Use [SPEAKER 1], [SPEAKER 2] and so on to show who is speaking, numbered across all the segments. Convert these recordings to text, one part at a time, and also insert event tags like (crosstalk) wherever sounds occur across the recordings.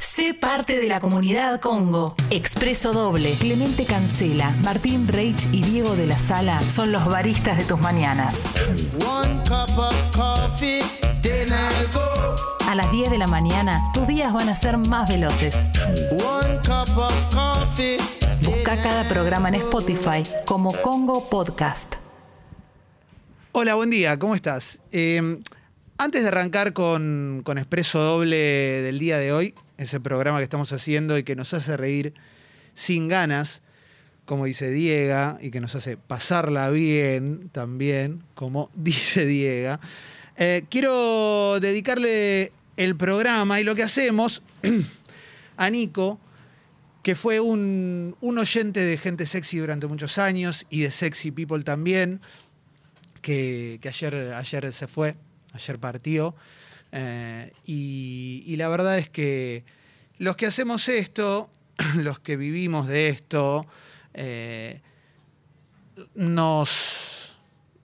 [SPEAKER 1] Sé parte de la comunidad Congo. Expreso Doble, Clemente Cancela, Martín Reich y Diego de la Sala son los baristas de tus mañanas.
[SPEAKER 2] One cup of coffee, then I'll go.
[SPEAKER 1] A las 10 de la mañana, tus días van a ser más veloces.
[SPEAKER 2] One cup of coffee.
[SPEAKER 1] Busca cada programa en Spotify como Congo Podcast.
[SPEAKER 3] Hola, buen día, ¿cómo estás? Eh, antes de arrancar con, con Expreso Doble del día de hoy, ese programa que estamos haciendo y que nos hace reír sin ganas, como dice Diega, y que nos hace pasarla bien también, como (laughs) dice Diega, eh, quiero dedicarle el programa y lo que hacemos (clears throat) a Nico, que fue un, un oyente de gente sexy durante muchos años y de sexy people también que, que ayer, ayer se fue, ayer partió. Eh, y, y la verdad es que los que hacemos esto, (clears throat) los que vivimos de esto, eh, nos,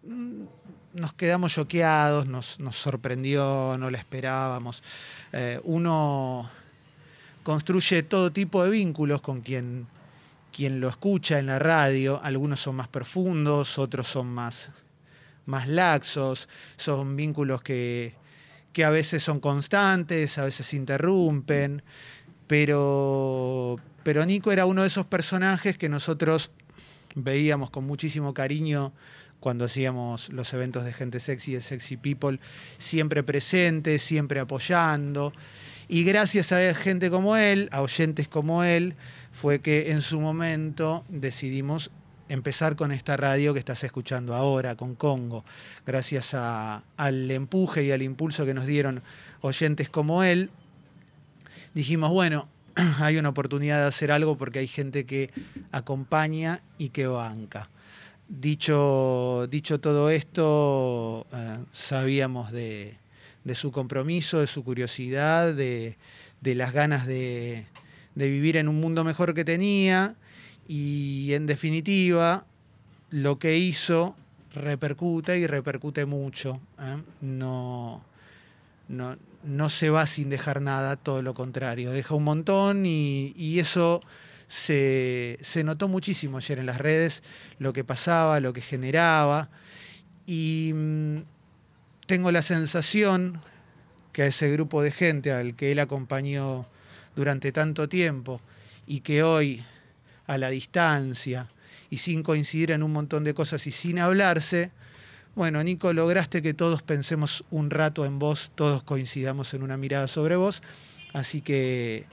[SPEAKER 3] nos quedamos choqueados, nos, nos sorprendió, no la esperábamos. Eh, uno construye todo tipo de vínculos con quien, quien lo escucha en la radio. Algunos son más profundos, otros son más, más laxos, son vínculos que, que a veces son constantes, a veces se interrumpen, pero, pero Nico era uno de esos personajes que nosotros veíamos con muchísimo cariño cuando hacíamos los eventos de gente sexy, de sexy people, siempre presente, siempre apoyando. Y gracias a gente como él, a oyentes como él, fue que en su momento decidimos empezar con esta radio que estás escuchando ahora, con Congo. Gracias a- al empuje y al impulso que nos dieron oyentes como él, dijimos, bueno, (clears throat) hay una oportunidad de hacer algo porque hay gente que acompaña y que banca. Dicho, dicho todo esto, eh, sabíamos de, de su compromiso, de su curiosidad, de, de las ganas de, de vivir en un mundo mejor que tenía y en definitiva lo que hizo repercute y repercute mucho. ¿eh? No, no, no se va sin dejar nada, todo lo contrario. Deja un montón y, y eso se, se notó muchísimo ayer en las redes, lo que pasaba, lo que generaba. Y mm, tengo la sensación que a ese grupo de gente al que él acompañó durante tanto tiempo y que hoy, a la distancia y sin coincidir en un montón de cosas y sin hablarse, bueno, Nico, lograste que todos pensemos un rato en vos, todos coincidamos en una mirada sobre vos, así que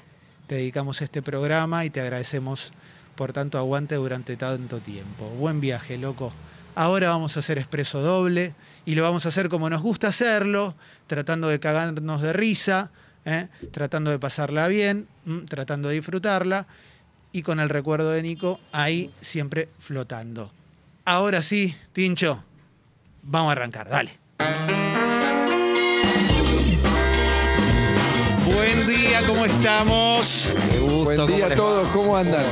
[SPEAKER 3] te dedicamos este programa y te agradecemos por tanto aguante durante tanto tiempo. Buen viaje, loco. Ahora vamos a hacer expreso doble y lo vamos a hacer como nos gusta hacerlo, tratando de cagarnos de risa, ¿eh? tratando de pasarla bien, ¿m? tratando de disfrutarla y con el recuerdo de Nico ahí siempre flotando. Ahora sí, Tincho. Vamos a arrancar, dale. Buen día, ¿cómo estamos?
[SPEAKER 4] Buen día a todos, ¿cómo andan?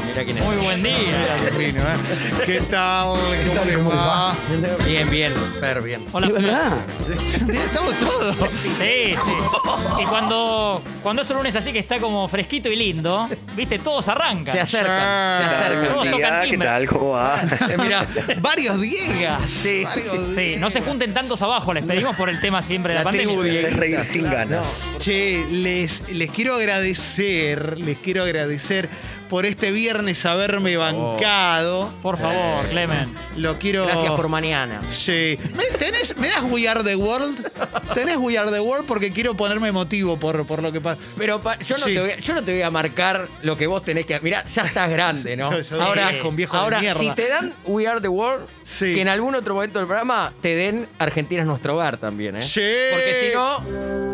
[SPEAKER 5] Oh,
[SPEAKER 6] Muy buen día.
[SPEAKER 3] Qué fino, ¿eh? ¿Qué tal? ¿Cómo, les va?
[SPEAKER 7] Bien, bien, Fer, bien.
[SPEAKER 6] Hola.
[SPEAKER 3] Mira, Estamos todos.
[SPEAKER 6] Sí, sí. Y cuando, cuando es un lunes así que está como fresquito y lindo, viste, todos arrancan.
[SPEAKER 7] Se acercan,
[SPEAKER 6] Sí.
[SPEAKER 7] se acercan.
[SPEAKER 6] Todos tocan
[SPEAKER 5] ¿Qué
[SPEAKER 6] timbre.
[SPEAKER 5] tal? ¿Cómo va?
[SPEAKER 7] Eh, mirá,
[SPEAKER 3] Varios Diegas.
[SPEAKER 7] Sí,
[SPEAKER 3] varios
[SPEAKER 6] Sí, no se
[SPEAKER 3] Diegas.
[SPEAKER 6] junten tantos abajo, les pedimos por el tema siempre de la,
[SPEAKER 7] La tribu
[SPEAKER 6] pandemia.
[SPEAKER 7] de-
[SPEAKER 5] Es reír sin ganas.
[SPEAKER 3] Che, les, les quiero agradecer, les quiero agradecer por este viernes haberme bancado.
[SPEAKER 6] Por favor, Clemen.
[SPEAKER 3] Lo quiero.
[SPEAKER 7] gracias por mañana.
[SPEAKER 3] Sí. ¿Me, tenés- me das We Are the World? ¿Tenés We Are the World? Porque quiero ponerme motivo por, por lo que pasa.
[SPEAKER 7] Pero pa- yo, no
[SPEAKER 3] Sí.
[SPEAKER 7] te voy a, yo no te voy a marcar lo que vos tenés que. Mirá, ya estás grande, ¿no?
[SPEAKER 3] (laughs) Yo- yo viejo, un viejo de
[SPEAKER 7] ahora
[SPEAKER 3] mierda.
[SPEAKER 7] si te dan We Are the World,
[SPEAKER 3] Sí.
[SPEAKER 7] que en algún otro momento del programa te den Argentina es nuestro hogar también, ¿eh?
[SPEAKER 3] Sí.
[SPEAKER 7] Porque si no,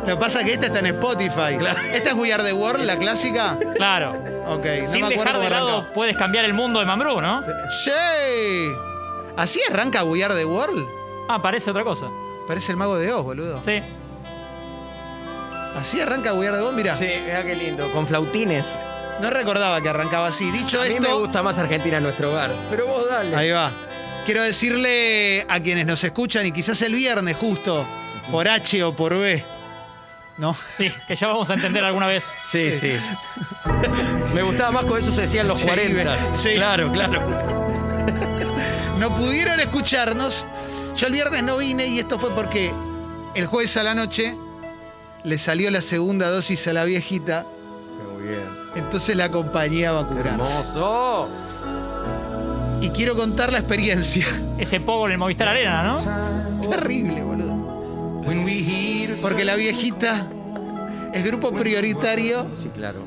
[SPEAKER 3] Lo que pasa es que esta está en Spotify. ¿Esta es We Are the World, la clásica?
[SPEAKER 6] Claro.
[SPEAKER 3] Ok, no
[SPEAKER 6] Sin
[SPEAKER 3] me acuerdo
[SPEAKER 6] dejar
[SPEAKER 3] cómo
[SPEAKER 6] de lado,
[SPEAKER 3] arrancaba.
[SPEAKER 6] puedes cambiar el mundo de Mambrú, ¿no?
[SPEAKER 3] ¡Sí! ¿Así arranca We Are the World?
[SPEAKER 6] Ah, parece otra cosa.
[SPEAKER 3] Parece el mago de Oz, boludo.
[SPEAKER 6] Sí.
[SPEAKER 3] Así arranca We Are the World, mira.
[SPEAKER 7] sí, mirá qué lindo, con flautines.
[SPEAKER 3] No recordaba que arrancaba así. Dicho
[SPEAKER 7] A mí me
[SPEAKER 3] esto.
[SPEAKER 7] gusta más Argentina es nuestro hogar. Pero vos dale.
[SPEAKER 3] Ahí va. Quiero decirle a quienes nos escuchan y quizás el viernes justo, por H o por B, No.
[SPEAKER 6] Sí, que ya vamos a entender alguna vez.
[SPEAKER 7] Sí, sí. Me gustaba más con eso se decían los
[SPEAKER 3] Sí,
[SPEAKER 7] 40.
[SPEAKER 3] (laughs) sí.
[SPEAKER 7] Claro, claro.
[SPEAKER 3] No pudieron escucharnos. Yo el viernes no vine y esto fue porque el jueves a la noche le salió la segunda dosis a la viejita.
[SPEAKER 7] Muy bien.
[SPEAKER 3] Entonces la acompañé a vacunarse.
[SPEAKER 7] Hermoso.
[SPEAKER 3] Y quiero contar la
[SPEAKER 7] (laughs)
[SPEAKER 3] experiencia.
[SPEAKER 6] Ese pogo en el Movistar Arena, ¿no?
[SPEAKER 3] Terrible, boludo. Porque la viejita es grupo prioritario
[SPEAKER 7] Sí, claro.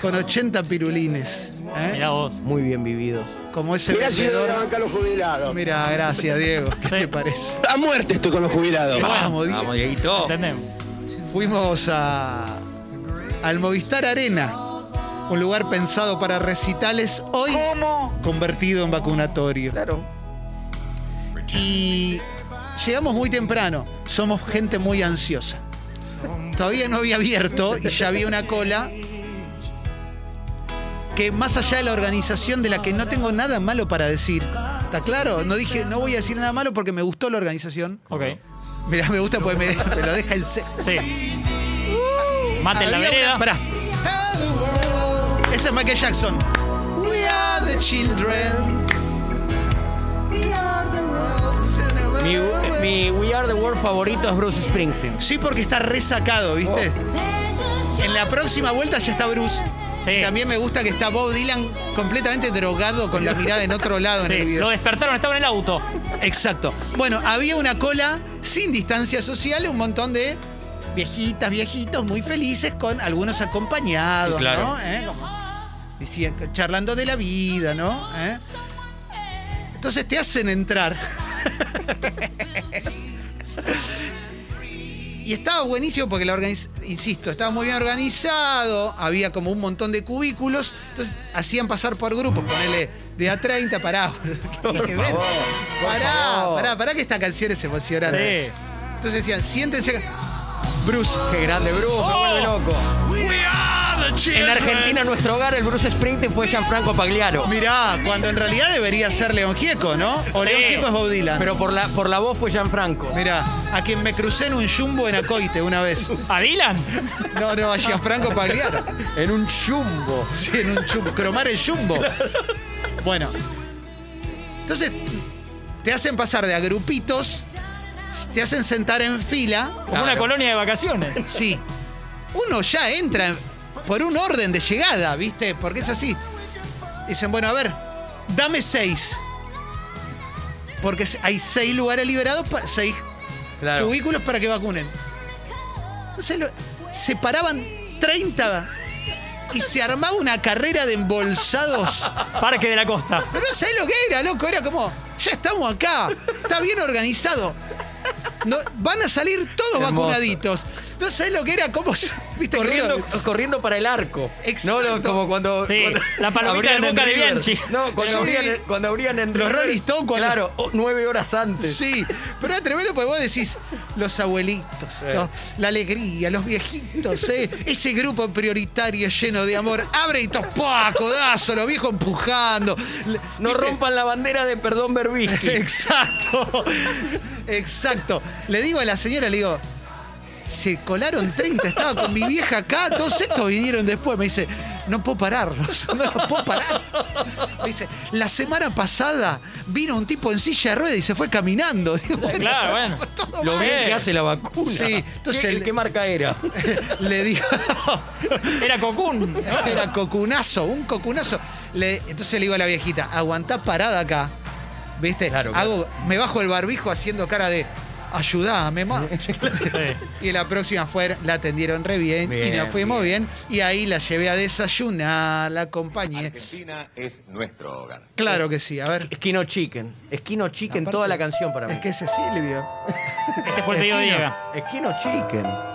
[SPEAKER 3] con 80 pirulines. ¿eh?
[SPEAKER 6] Mirá vos.
[SPEAKER 7] Muy bien vividos.
[SPEAKER 3] Como ese vendedor.
[SPEAKER 5] los jubilados.
[SPEAKER 3] Mira, gracias, Diego. ¿Qué
[SPEAKER 6] Sí.
[SPEAKER 3] te parece?
[SPEAKER 5] A muerte estoy con los jubilados.
[SPEAKER 3] Vamos, Diego.
[SPEAKER 7] Vamos, Dieguito.
[SPEAKER 6] Entendemos.
[SPEAKER 3] Fuimos a, al Movistar Arena, un lugar pensado para recitales, hoy convertido en vacunatorio.
[SPEAKER 7] Claro.
[SPEAKER 3] Y llegamos muy temprano, somos gente muy ansiosa. Todavía no había abierto y ya había una cola que más allá de la organización de la que no tengo nada malo para decir, ¿está claro? No dije, no voy a decir nada malo porque me gustó la organización.
[SPEAKER 6] Ok.
[SPEAKER 3] Mira, me gusta porque me, me lo deja en se-
[SPEAKER 6] Sí. Maten la
[SPEAKER 3] Había
[SPEAKER 6] vereda.
[SPEAKER 3] una- pará. Ese es Michael Jackson. We are the children.
[SPEAKER 7] Mi,
[SPEAKER 6] eh,
[SPEAKER 7] mi We Are the World favorito es Bruce Springsteen.
[SPEAKER 3] Sí, porque está resacado, ¿viste? En la próxima vuelta ya está Bruce.
[SPEAKER 6] Oh. Sí.
[SPEAKER 3] Y también me gusta que está Bob Dylan completamente drogado con la mirada en otro lado en el
[SPEAKER 6] Sí,
[SPEAKER 3] video.
[SPEAKER 6] lo despertaron, estaba en el auto.
[SPEAKER 3] Exacto. Bueno, había una cola sin distancia social, un montón de viejitas, viejitos, muy felices, con algunos acompañados,
[SPEAKER 7] Sí, claro.
[SPEAKER 3] ¿no? ¿Eh? Como decían, charlando de la vida, ¿no? ¿Eh? Entonces te hacen entrar. (laughs) Y estaba buenísimo porque la organiz- insisto, estaba muy bien organizado, había como un montón de cubículos, entonces hacían pasar por grupos, ponele de a 30, pará, boludo, (laughs) ¿qué hay que ver? Pará, pará, pará que esta canción es emocionante.
[SPEAKER 6] Sí.
[SPEAKER 3] Entonces decían, siéntense. acá". Bruce.
[SPEAKER 7] Qué grande Bruce, me vuelve loco. Oh. En Argentina, nuestro hogar, el Bruce Springsteen fue Gianfranco Pagliaro.
[SPEAKER 3] Mirá, cuando en realidad debería ser León Gieco, ¿no? O
[SPEAKER 6] Sí.
[SPEAKER 3] León Gieco es Bob Dylan.
[SPEAKER 7] Pero por la, por la voz fue Gianfranco.
[SPEAKER 3] Mirá, a quien me crucé en un jumbo en Acoite una vez.
[SPEAKER 6] ¿A Dylan?
[SPEAKER 3] No, no, a Gianfranco Pagliaro.
[SPEAKER 7] En un chumbo.
[SPEAKER 3] Sí, en un chumbo. Cromar el jumbo. Bueno. Entonces, te hacen pasar de a grupitos, te hacen sentar en fila.
[SPEAKER 6] Como una
[SPEAKER 7] Claro.
[SPEAKER 6] colonia de vacaciones.
[SPEAKER 3] Sí. Uno ya entra en- por un orden de llegada, ¿viste? Porque es así. Dicen, bueno, a ver, dame seis. Porque hay seis lugares liberados, pa- seis
[SPEAKER 7] Claro.
[SPEAKER 3] cubículos para que vacunen. Entonces lo, separaban 30 y se armaba una carrera de embolsados.
[SPEAKER 6] Parque de la Costa.
[SPEAKER 3] Pero no sabés lo que era, loco. Era como, ya estamos acá. Está bien organizado. No, van a salir todos
[SPEAKER 7] Hermoso.
[SPEAKER 3] vacunaditos. No sabés lo que era, cómo. se- ¿Viste que
[SPEAKER 7] Corriendo,
[SPEAKER 3] vieron?
[SPEAKER 7] corriendo para el arco.
[SPEAKER 3] Exacto.
[SPEAKER 7] No, no, como cuando.
[SPEAKER 6] Sí,
[SPEAKER 7] cuando
[SPEAKER 6] la
[SPEAKER 7] abrían
[SPEAKER 6] palomita del
[SPEAKER 7] en
[SPEAKER 6] Boca de
[SPEAKER 7] River.
[SPEAKER 6] Bianchi.
[SPEAKER 7] No, cuando,
[SPEAKER 3] Sí.
[SPEAKER 7] abrían, en- cuando abrían en
[SPEAKER 3] Los
[SPEAKER 7] River,
[SPEAKER 3] Rolling Stone cuando-
[SPEAKER 7] Claro, o- nueve horas antes.
[SPEAKER 3] Sí, pero era tremendo porque vos decís, los abuelitos, ¿no? la alegría, los viejitos, ¿eh? ese grupo prioritario lleno de amor, abre y topa, codazo, los viejos empujando.
[SPEAKER 7] No
[SPEAKER 3] ¿Viste?
[SPEAKER 7] rompan la bandera de perdón Berbisky.
[SPEAKER 3] (laughs) Exacto, exacto. Le digo a la señora, le digo, se colaron 30, estaba con mi vieja acá, todos estos vinieron después. Me dice, no puedo pararlos, no (laughs) los puedo parar. Me dice, la semana pasada vino un tipo en silla de ruedas y se fue caminando. (laughs) Digo, bueno,
[SPEAKER 6] Claro,
[SPEAKER 3] (laughs)
[SPEAKER 6] bueno.
[SPEAKER 3] todo
[SPEAKER 7] Lo
[SPEAKER 3] mal.
[SPEAKER 7] bien
[SPEAKER 6] Sí.
[SPEAKER 7] que hace la vacuna.
[SPEAKER 3] Sí, entonces
[SPEAKER 7] ¿Qué,
[SPEAKER 3] el-
[SPEAKER 7] qué marca
[SPEAKER 3] (laughs)
[SPEAKER 7] era?
[SPEAKER 3] Le digo,
[SPEAKER 6] Era Cocún.
[SPEAKER 3] era cocunazo, un cocunazo. Le- entonces le digo a la viejita, aguantá parada acá. ¿Viste?
[SPEAKER 7] Claro, claro.
[SPEAKER 3] Hago, me bajo el barbijo haciendo cara de, ayudame,
[SPEAKER 7] (laughs)
[SPEAKER 3] ma.
[SPEAKER 6] Sí.
[SPEAKER 3] Y la próxima fue, la atendieron re bien, y
[SPEAKER 7] Bien,
[SPEAKER 3] nos fuimos bien. Y ahí la llevé a desayunar, la acompañé.
[SPEAKER 8] Argentina es nuestro hogar.
[SPEAKER 3] Claro que sí, a ver.
[SPEAKER 7] Esquino Chicken. Esquino Chicken,
[SPEAKER 3] Aparte-
[SPEAKER 7] toda la canción para mí.
[SPEAKER 3] Es que ese Silvio.
[SPEAKER 6] Este fue el pedido de
[SPEAKER 3] Esquina.
[SPEAKER 6] Diego.
[SPEAKER 7] Esquino Chicken.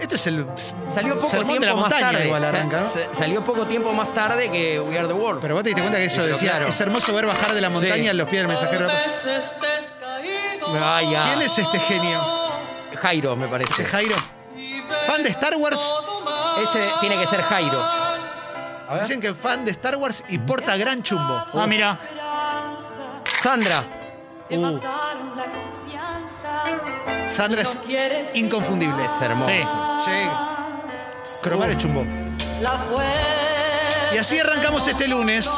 [SPEAKER 3] Esto es el.
[SPEAKER 7] Salió poco
[SPEAKER 3] Sermón de
[SPEAKER 7] tiempo
[SPEAKER 3] la
[SPEAKER 7] más
[SPEAKER 3] montaña
[SPEAKER 7] tarde.
[SPEAKER 3] igual
[SPEAKER 7] Sa-
[SPEAKER 3] arranca, ¿no?
[SPEAKER 7] sa- salió poco tiempo más tarde que We Are the World.
[SPEAKER 3] Pero vos te diste cuenta que eso
[SPEAKER 7] Pero
[SPEAKER 3] decía,
[SPEAKER 7] claro.
[SPEAKER 3] es hermoso ver bajar de la montaña
[SPEAKER 7] Sí. Ah.
[SPEAKER 3] a los pies del mensajero.
[SPEAKER 7] Ay, ah.
[SPEAKER 3] ¿Quién es este genio?
[SPEAKER 7] Jairo, me parece.
[SPEAKER 3] ¿Este Jairo? ¿Fan de Star Wars?
[SPEAKER 7] Ese tiene que ser Jairo.
[SPEAKER 3] Dicen que fan de Star Wars y porta gran chumbo.
[SPEAKER 6] Ah, mira.
[SPEAKER 7] Sandra.
[SPEAKER 3] Uh, Sandra es inconfundible.
[SPEAKER 7] Es hermoso.
[SPEAKER 6] Sí.
[SPEAKER 3] Che, cromar es chumbo. Y así arrancamos este lunes.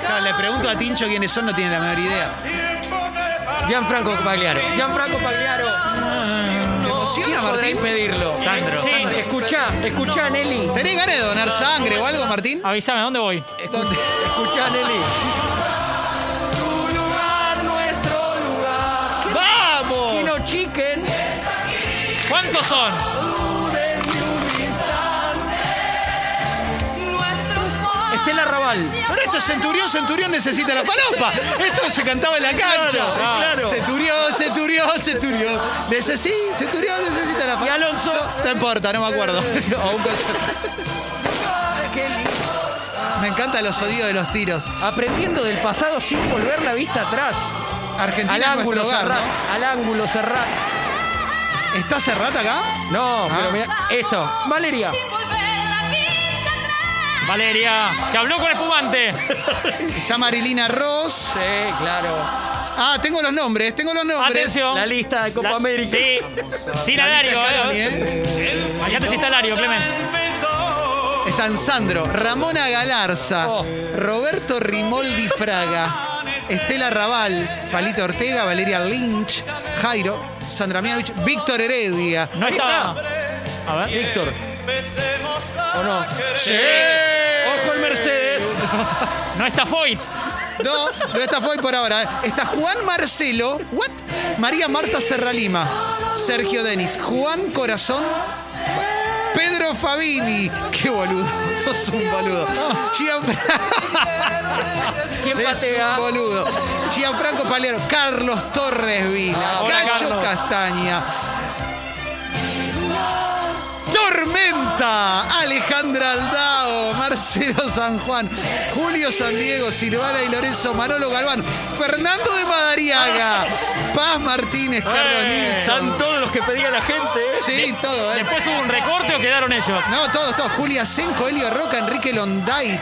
[SPEAKER 3] Claro, le pregunto a Tincho quiénes son, no tiene la menor idea.
[SPEAKER 7] Gianfranco Pagliaro. Gianfranco Pagliaro.
[SPEAKER 3] ¿Te emociona,
[SPEAKER 7] ¿Quién podrá
[SPEAKER 3] Martín?
[SPEAKER 7] impedirlo?
[SPEAKER 6] Sandro. Sí.
[SPEAKER 7] Escuchá, escuchá, Nelly.
[SPEAKER 3] ¿Tenés ganas de donar sangre o algo, Martín?
[SPEAKER 6] Avísame, ¿a dónde voy?
[SPEAKER 3] ¿Dónde?
[SPEAKER 7] Escuchá, Nelly. Tu lugar, nuestro lugar.
[SPEAKER 3] ¡Vamos!
[SPEAKER 7] Kino Chicken.
[SPEAKER 6] ¿Cuántos son?
[SPEAKER 7] Estela Raval.
[SPEAKER 3] Pero esto es Centurión, Centurión necesita la falopa. Esto se cantaba en la cancha.
[SPEAKER 6] claro.
[SPEAKER 3] Centurión, Centurión, Centurión. Necesita, Centurión necesita la falopa.
[SPEAKER 7] Y Alonso.
[SPEAKER 3] No importa, no me acuerdo. (laughs) O un concepto. me encantan los sonidos de los tiros.
[SPEAKER 7] Aprendiendo del pasado sin volver la vista atrás.
[SPEAKER 3] Argentina
[SPEAKER 7] Al
[SPEAKER 3] es
[SPEAKER 7] ángulo
[SPEAKER 3] nuestro hogar,
[SPEAKER 7] cerrar. Al ángulo cerrar.
[SPEAKER 3] ¿no? ¿Está cerrada acá?
[SPEAKER 7] No,
[SPEAKER 3] Ah.
[SPEAKER 7] pero mira. Esto. Valeria.
[SPEAKER 6] Valeria, que habló con espumante.
[SPEAKER 3] Está Marilina Ross.
[SPEAKER 7] Sí, claro.
[SPEAKER 3] Ah, tengo los nombres, tengo los nombres.
[SPEAKER 6] Atención.
[SPEAKER 7] La lista de Copa
[SPEAKER 6] La-
[SPEAKER 7] América.
[SPEAKER 6] Sí. Sin
[SPEAKER 3] La lista
[SPEAKER 6] alario.
[SPEAKER 3] Scaloni,
[SPEAKER 6] eh.
[SPEAKER 3] ¿eh?
[SPEAKER 6] Fallate sin salario, Clemen.
[SPEAKER 3] Están Sandro, Ramona Galarza,
[SPEAKER 7] Oh.
[SPEAKER 3] Roberto Rimoldi Fraga, Estela Raval, Palito Ortega, Valeria Lynch, Jairo, Sandra Mianovich, Víctor Heredia.
[SPEAKER 6] No estaba. A ver.
[SPEAKER 7] Víctor. ¿O no?
[SPEAKER 3] ¡Ojo
[SPEAKER 7] Ojo el Mercedes.
[SPEAKER 6] No está Foyt.
[SPEAKER 3] No, no está fue por ahora. eh. Está Juan Marcelo, what? María Marta Serralima, Sergio Denis, Juan Corazón, Pedro Fabini. Qué boludo, sos un boludo. Gianfranco,
[SPEAKER 7] ¿Quién patea?
[SPEAKER 3] boludo. Gianfranco Palero, Carlos Torres Vila,
[SPEAKER 6] Ahora,
[SPEAKER 3] Cacho
[SPEAKER 6] Carlos.
[SPEAKER 3] Castaña. Tormenta, Alejandra Aldao, Marcelo San Juan, Julio San Diego, Silvana y Lorenzo, Manolo Galván, Fernando de Madariaga, Paz Martínez, Carlos
[SPEAKER 7] Están
[SPEAKER 3] Nilsson.
[SPEAKER 7] todos los que pedía la gente. ¿eh?
[SPEAKER 3] Sí, todo, ¿eh?
[SPEAKER 6] Después hubo un recorte o quedaron ellos.
[SPEAKER 3] No, todos, todos. Julia Senco, Elio Roca, Enrique Londait,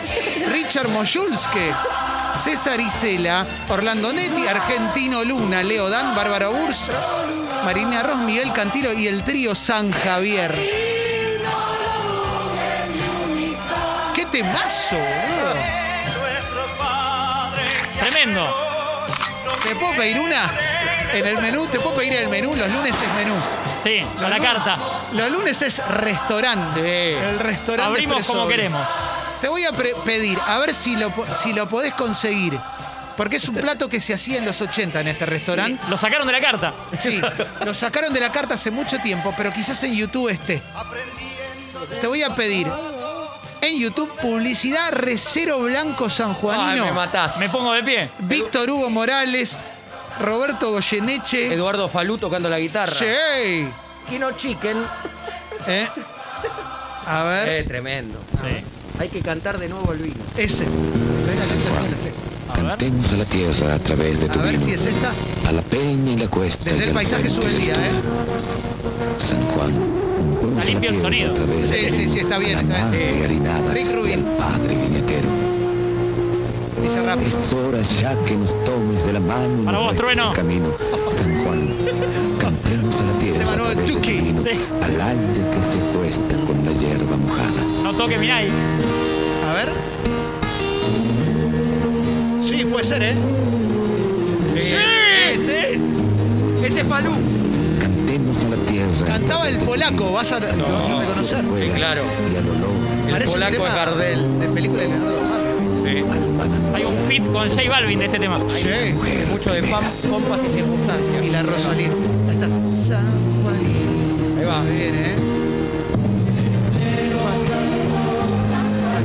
[SPEAKER 3] Richard Moyulske, César Isela, Orlando Netti, Argentino Luna, Leo Dan, Bárbara Burs, Marina Ross, Miguel Cantiro y el trío San Javier. ¡Qué temazo, boludo!
[SPEAKER 6] Tremendo.
[SPEAKER 3] ¿Te puedo pedir una? En el menú, te puedo pedir el menú, los lunes es menú.
[SPEAKER 6] Sí, a la
[SPEAKER 3] Los lu-
[SPEAKER 6] carta.
[SPEAKER 3] Los lunes es restaurante.
[SPEAKER 7] Sí.
[SPEAKER 3] El restaurante
[SPEAKER 6] Abrimos
[SPEAKER 3] Expreso
[SPEAKER 6] como
[SPEAKER 3] Doble.
[SPEAKER 6] queremos.
[SPEAKER 3] Te voy a pre- pedir, a ver si lo, po- si lo podés conseguir. Porque es un plato que se hacía en los 80 en este restaurante.
[SPEAKER 6] Lo sacaron de la carta.
[SPEAKER 3] Sí, (laughs) lo sacaron de la carta hace mucho tiempo, pero quizás en YouTube esté. Te voy a pedir en YouTube publicidad Recero Blanco
[SPEAKER 7] Ay, Ah, me
[SPEAKER 3] Sanjuanino,
[SPEAKER 7] matás.
[SPEAKER 6] Me pongo de pie.
[SPEAKER 3] Víctor Hugo Morales, Roberto Goyeneche.
[SPEAKER 7] Eduardo Falú tocando la guitarra.
[SPEAKER 3] Che.
[SPEAKER 7] Kino Chicken.
[SPEAKER 3] Eh. A ver,
[SPEAKER 7] Eh, tremendo.
[SPEAKER 6] Sí.
[SPEAKER 7] Hay que cantar de nuevo el vino.
[SPEAKER 3] ese.
[SPEAKER 6] A ver.
[SPEAKER 9] Cantemos a la tierra a través de
[SPEAKER 3] A
[SPEAKER 9] tu
[SPEAKER 3] ver
[SPEAKER 9] vino,
[SPEAKER 3] si es esta.
[SPEAKER 9] a la peña y la cuesta y
[SPEAKER 3] Desde el
[SPEAKER 9] al fuerte
[SPEAKER 3] paisaje sube el
[SPEAKER 9] del
[SPEAKER 3] día, ¿eh?
[SPEAKER 9] Toro. San Juan. Cantemos a
[SPEAKER 6] limpio el
[SPEAKER 9] la
[SPEAKER 6] sonido.
[SPEAKER 9] tierra a través
[SPEAKER 3] Sí,
[SPEAKER 9] de-
[SPEAKER 3] sí, sí, está bien,
[SPEAKER 9] a la
[SPEAKER 3] está bien.
[SPEAKER 9] madre harinada
[SPEAKER 3] Rick
[SPEAKER 9] y al
[SPEAKER 3] Rubin.
[SPEAKER 9] padre viñetero.
[SPEAKER 3] Dice rápido.
[SPEAKER 9] Es hora ya que nos tomes de la mano y
[SPEAKER 6] Para
[SPEAKER 9] nos
[SPEAKER 6] vos,
[SPEAKER 9] muestres
[SPEAKER 6] trueno.
[SPEAKER 9] el camino. San Juan. Cantemos a la tierra
[SPEAKER 3] Tema
[SPEAKER 9] a
[SPEAKER 3] nuevo de
[SPEAKER 9] través de tu
[SPEAKER 3] Tuki.
[SPEAKER 9] vino,
[SPEAKER 6] Sí.
[SPEAKER 9] al aire que se cuesta con la hierba mojada.
[SPEAKER 6] No toque Mirai.
[SPEAKER 3] A ver. Sí, puede ser, ¿eh? ¡Sí!
[SPEAKER 7] Ese es. Ese es Falú.
[SPEAKER 9] Cantemos a la tierra.
[SPEAKER 3] Cantaba el polaco, vas a, lo vas a reconocer.
[SPEAKER 9] Juega
[SPEAKER 7] claro.
[SPEAKER 9] Y al olor
[SPEAKER 7] El
[SPEAKER 3] Parece un
[SPEAKER 7] polaco
[SPEAKER 3] tema
[SPEAKER 7] es Gardel.
[SPEAKER 3] De película de Leonardo Fabio, ¿viste?
[SPEAKER 9] al banano.
[SPEAKER 6] Hay un fit con J Balvin de este tema.
[SPEAKER 3] Sí.
[SPEAKER 7] Mucho de pam, pompas y circunstancias.
[SPEAKER 3] Y la Rosalía. Ahí está. San Juanito.
[SPEAKER 7] Ahí va.
[SPEAKER 3] Muy bien, ¿eh?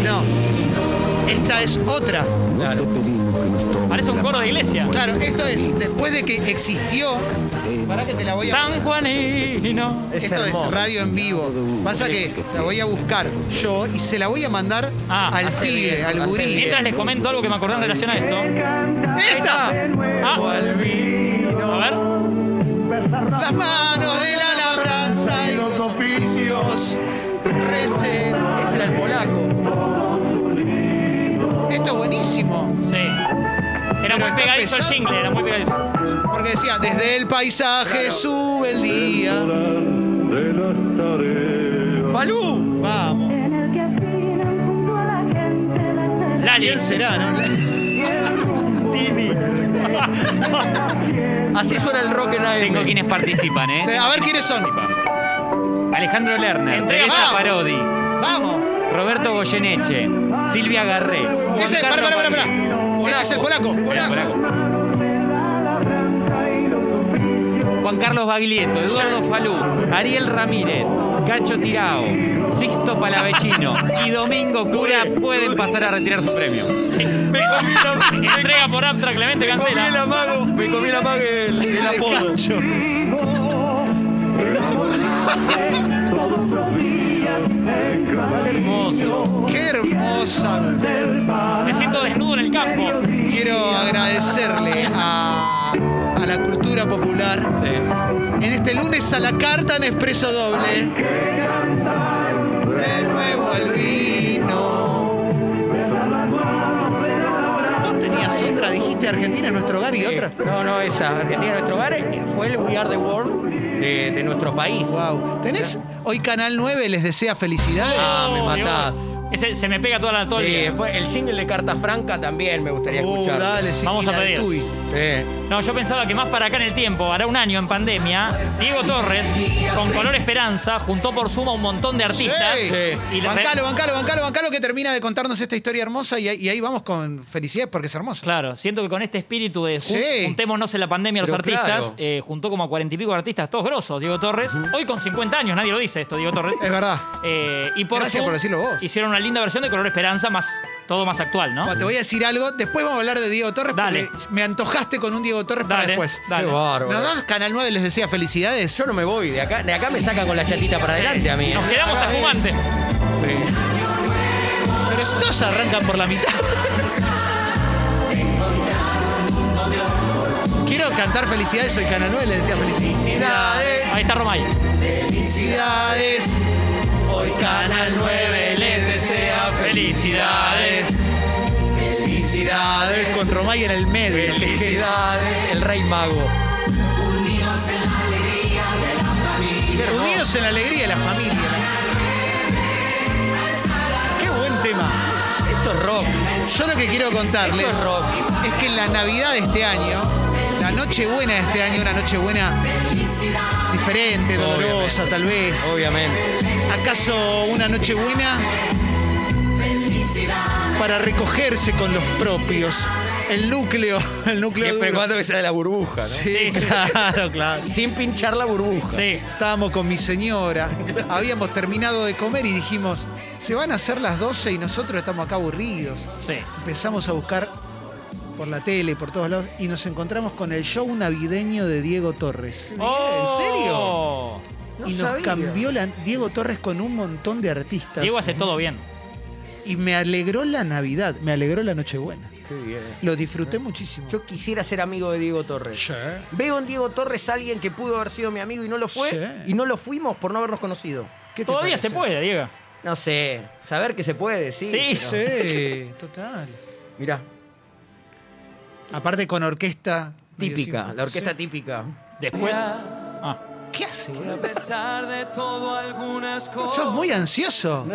[SPEAKER 3] No. Esta es otra.
[SPEAKER 9] No te
[SPEAKER 7] Claro.
[SPEAKER 9] pedimos que nos tomes
[SPEAKER 6] Parece un
[SPEAKER 9] la
[SPEAKER 6] coro de iglesia.
[SPEAKER 3] Claro, esto es después de que existió. Pará que te la voy a.
[SPEAKER 6] San Juanino.
[SPEAKER 7] Es
[SPEAKER 3] Esto
[SPEAKER 7] hermoso.
[SPEAKER 3] es radio en vivo. Pasa que la voy a buscar yo y se la voy a mandar
[SPEAKER 6] Ah,
[SPEAKER 3] al
[SPEAKER 7] hace
[SPEAKER 3] pibe,
[SPEAKER 7] bien,
[SPEAKER 3] al
[SPEAKER 7] hace
[SPEAKER 3] gurí.
[SPEAKER 7] bien.
[SPEAKER 6] Mientras les comento algo que me acordé en relación a esto.
[SPEAKER 3] ¡Esta!
[SPEAKER 6] Ah, a ver.
[SPEAKER 3] Las manos de la labranza y los oficios receros.
[SPEAKER 7] Ese era el polaco.
[SPEAKER 3] Esto es buenísimo.
[SPEAKER 6] Sí. Era pegadizo el
[SPEAKER 3] Empezando-
[SPEAKER 6] jingle, era muy pegadizo.
[SPEAKER 3] Porque decía, desde el paisaje sube el día.
[SPEAKER 7] ¡Falú!
[SPEAKER 3] Vamos.
[SPEAKER 6] Lali.
[SPEAKER 3] ¿Quién será, no?
[SPEAKER 7] Así suena el rock en AM.
[SPEAKER 6] Tengo quienes participan, ¿eh?
[SPEAKER 3] A ver quiénes son.
[SPEAKER 6] Alejandro Lerner,
[SPEAKER 3] Entrega-
[SPEAKER 6] Teresa
[SPEAKER 3] ¡Ah!
[SPEAKER 6] Parodi,
[SPEAKER 3] Vamos.
[SPEAKER 6] Roberto Goyeneche, Silvia Garré. Juan
[SPEAKER 3] Ese, para,
[SPEAKER 6] Carlos
[SPEAKER 3] para, para,
[SPEAKER 6] Parodi.
[SPEAKER 3] Ese es el polaco.
[SPEAKER 6] Hola, Polaco. Juan Carlos Baglietto, Eduardo Falú, Ariel Ramírez, Cacho Tirao, Sixto Palavecino
[SPEAKER 3] (laughs)
[SPEAKER 6] y Domingo Cura pueden pasar a retirar su premio. (laughs) Entrega por Aptra Clemente Cancela.
[SPEAKER 7] amago, me comí el amago el, el apodo. Hermoso.
[SPEAKER 3] Qué hermosa.
[SPEAKER 6] Me siento desnudo en el campo.
[SPEAKER 3] Quiero agradecerle a, a la cultura popular
[SPEAKER 7] Sí.
[SPEAKER 3] en este lunes a la carta en expreso doble. De nuevo el vino. Vos tenías otra, dijiste Argentina es nuestro hogar y otra.
[SPEAKER 7] Eh, No, no, esa. Argentina, nuestro hogar eh, fue el We Are the World eh, de, de nuestro país.
[SPEAKER 3] Wow. ¿Tenés hoy Canal 9 les desea felicidades?
[SPEAKER 7] Ah, me
[SPEAKER 6] Oh,
[SPEAKER 7] matás.
[SPEAKER 6] Dios. Ese- se me pega toda la todo el
[SPEAKER 7] Sí,
[SPEAKER 6] día.
[SPEAKER 7] después el single de Carta Franca también me gustaría
[SPEAKER 2] Uh,
[SPEAKER 3] Oh,
[SPEAKER 7] escuchar.
[SPEAKER 3] dale, sí,
[SPEAKER 6] Vamos
[SPEAKER 3] y
[SPEAKER 6] a
[SPEAKER 3] la de
[SPEAKER 6] pedir.
[SPEAKER 3] Tui.
[SPEAKER 7] Sí.
[SPEAKER 6] No, yo pensaba que más para acá en el tiempo, hará un año en pandemia, Diego Torres, con Color Esperanza, juntó por suma un montón de artistas.
[SPEAKER 3] Sí.
[SPEAKER 6] Y le-
[SPEAKER 3] Bancalo, bancalo, bancalo, bancalo que termina de contarnos esta historia hermosa y, ahí- y ahí vamos con felicidades porque es hermosa.
[SPEAKER 6] Claro, siento que con este espíritu de jun-
[SPEAKER 3] Sí.
[SPEAKER 6] juntémonos en la pandemia los
[SPEAKER 7] Pero
[SPEAKER 6] artistas,
[SPEAKER 7] claro.
[SPEAKER 6] eh, juntó como a cuarenta y pico de artistas, todos grosos, Diego Torres. Hoy con 50 años, nadie lo dice esto, Diego Torres.
[SPEAKER 3] Es verdad.
[SPEAKER 6] Eh, y por
[SPEAKER 3] Gracias
[SPEAKER 6] Zoom
[SPEAKER 3] por decirlo vos.
[SPEAKER 6] Hicieron una linda versión de Color Esperanza, más todo más actual, ¿no?
[SPEAKER 3] Bueno, te voy a decir algo, después vamos a hablar de Diego Torres
[SPEAKER 6] Ah. Dale.
[SPEAKER 3] porque me antojaste con un Diego Torres para
[SPEAKER 6] Dale,
[SPEAKER 3] después.
[SPEAKER 6] dale.
[SPEAKER 7] Qué bárbaro.
[SPEAKER 3] ¿Nos das Canal 9 les decía felicidades?
[SPEAKER 7] Yo no me voy, de acá, de acá me sacan con la chatita para adelante a mí. ¿eh?
[SPEAKER 6] Nos quedamos a jugante.
[SPEAKER 7] Sí.
[SPEAKER 3] Pero si todos arrancan por la mitad. Quiero cantar felicidades, soy Canal 9 les decía felicidades.
[SPEAKER 6] Ahí está Romay.
[SPEAKER 3] Felicidades. Hoy Canal 9 les desea felicidades. Felicidades. Con Romay en el medio. qué genio.
[SPEAKER 7] Felicidades, el rey mago.
[SPEAKER 3] Unidos en la alegría de la familia. Qué buen tema.
[SPEAKER 7] Esto es rock.
[SPEAKER 3] Yo lo que quiero contarles
[SPEAKER 7] Esto es rock.
[SPEAKER 3] es que en la Navidad de este año, la Nochebuena de este año, una Nochebuena diferente, dolorosa tal vez.
[SPEAKER 7] Obviamente.
[SPEAKER 3] ¿Acaso una Nochebuena para recogerse con los propios? El núcleo, el núcleo
[SPEAKER 7] Siempre y
[SPEAKER 3] duro.
[SPEAKER 7] cuando que sea de la burbuja, ¿no?
[SPEAKER 3] Sí, claro, claro.
[SPEAKER 7] Sin pinchar la burbuja.
[SPEAKER 6] Sí.
[SPEAKER 3] Estábamos con mi señora, habíamos terminado de comer y dijimos, se van a hacer las 12 y nosotros estamos acá aburridos.
[SPEAKER 6] Sí.
[SPEAKER 3] Empezamos a buscar por la tele, por todos lados, y nos encontramos con el show navideño de Diego Torres.
[SPEAKER 6] Oh.
[SPEAKER 3] y nos cambió la, Diego Torres con un montón de artistas.
[SPEAKER 6] Diego hace todo bien.
[SPEAKER 3] Y me alegró la Navidad, me alegró la Nochebuena. Lo disfruté muchísimo.
[SPEAKER 7] Yo quisiera ser amigo de Diego Torres.
[SPEAKER 3] Sí.
[SPEAKER 7] Veo en Diego Torres a alguien que pudo haber sido mi amigo y no lo fue.
[SPEAKER 3] Sí.
[SPEAKER 7] Y no lo fuimos por no habernos conocido.
[SPEAKER 3] ¿Qué te
[SPEAKER 6] Todavía
[SPEAKER 3] parece?
[SPEAKER 6] se puede, Diego.
[SPEAKER 7] No sé. Saber que se puede, sí.
[SPEAKER 6] Sí.
[SPEAKER 7] pero-
[SPEAKER 3] Sí, total.
[SPEAKER 7] Mirá,
[SPEAKER 3] Aparte con orquesta. medio
[SPEAKER 7] típica,
[SPEAKER 3] sinfónica.
[SPEAKER 7] la orquesta
[SPEAKER 3] Sí.
[SPEAKER 7] típica.
[SPEAKER 6] Después. Ah,
[SPEAKER 3] ¿Qué hace, boludo?
[SPEAKER 2] de todo algunas
[SPEAKER 3] Sos muy
[SPEAKER 7] (laughs)
[SPEAKER 3] ansioso.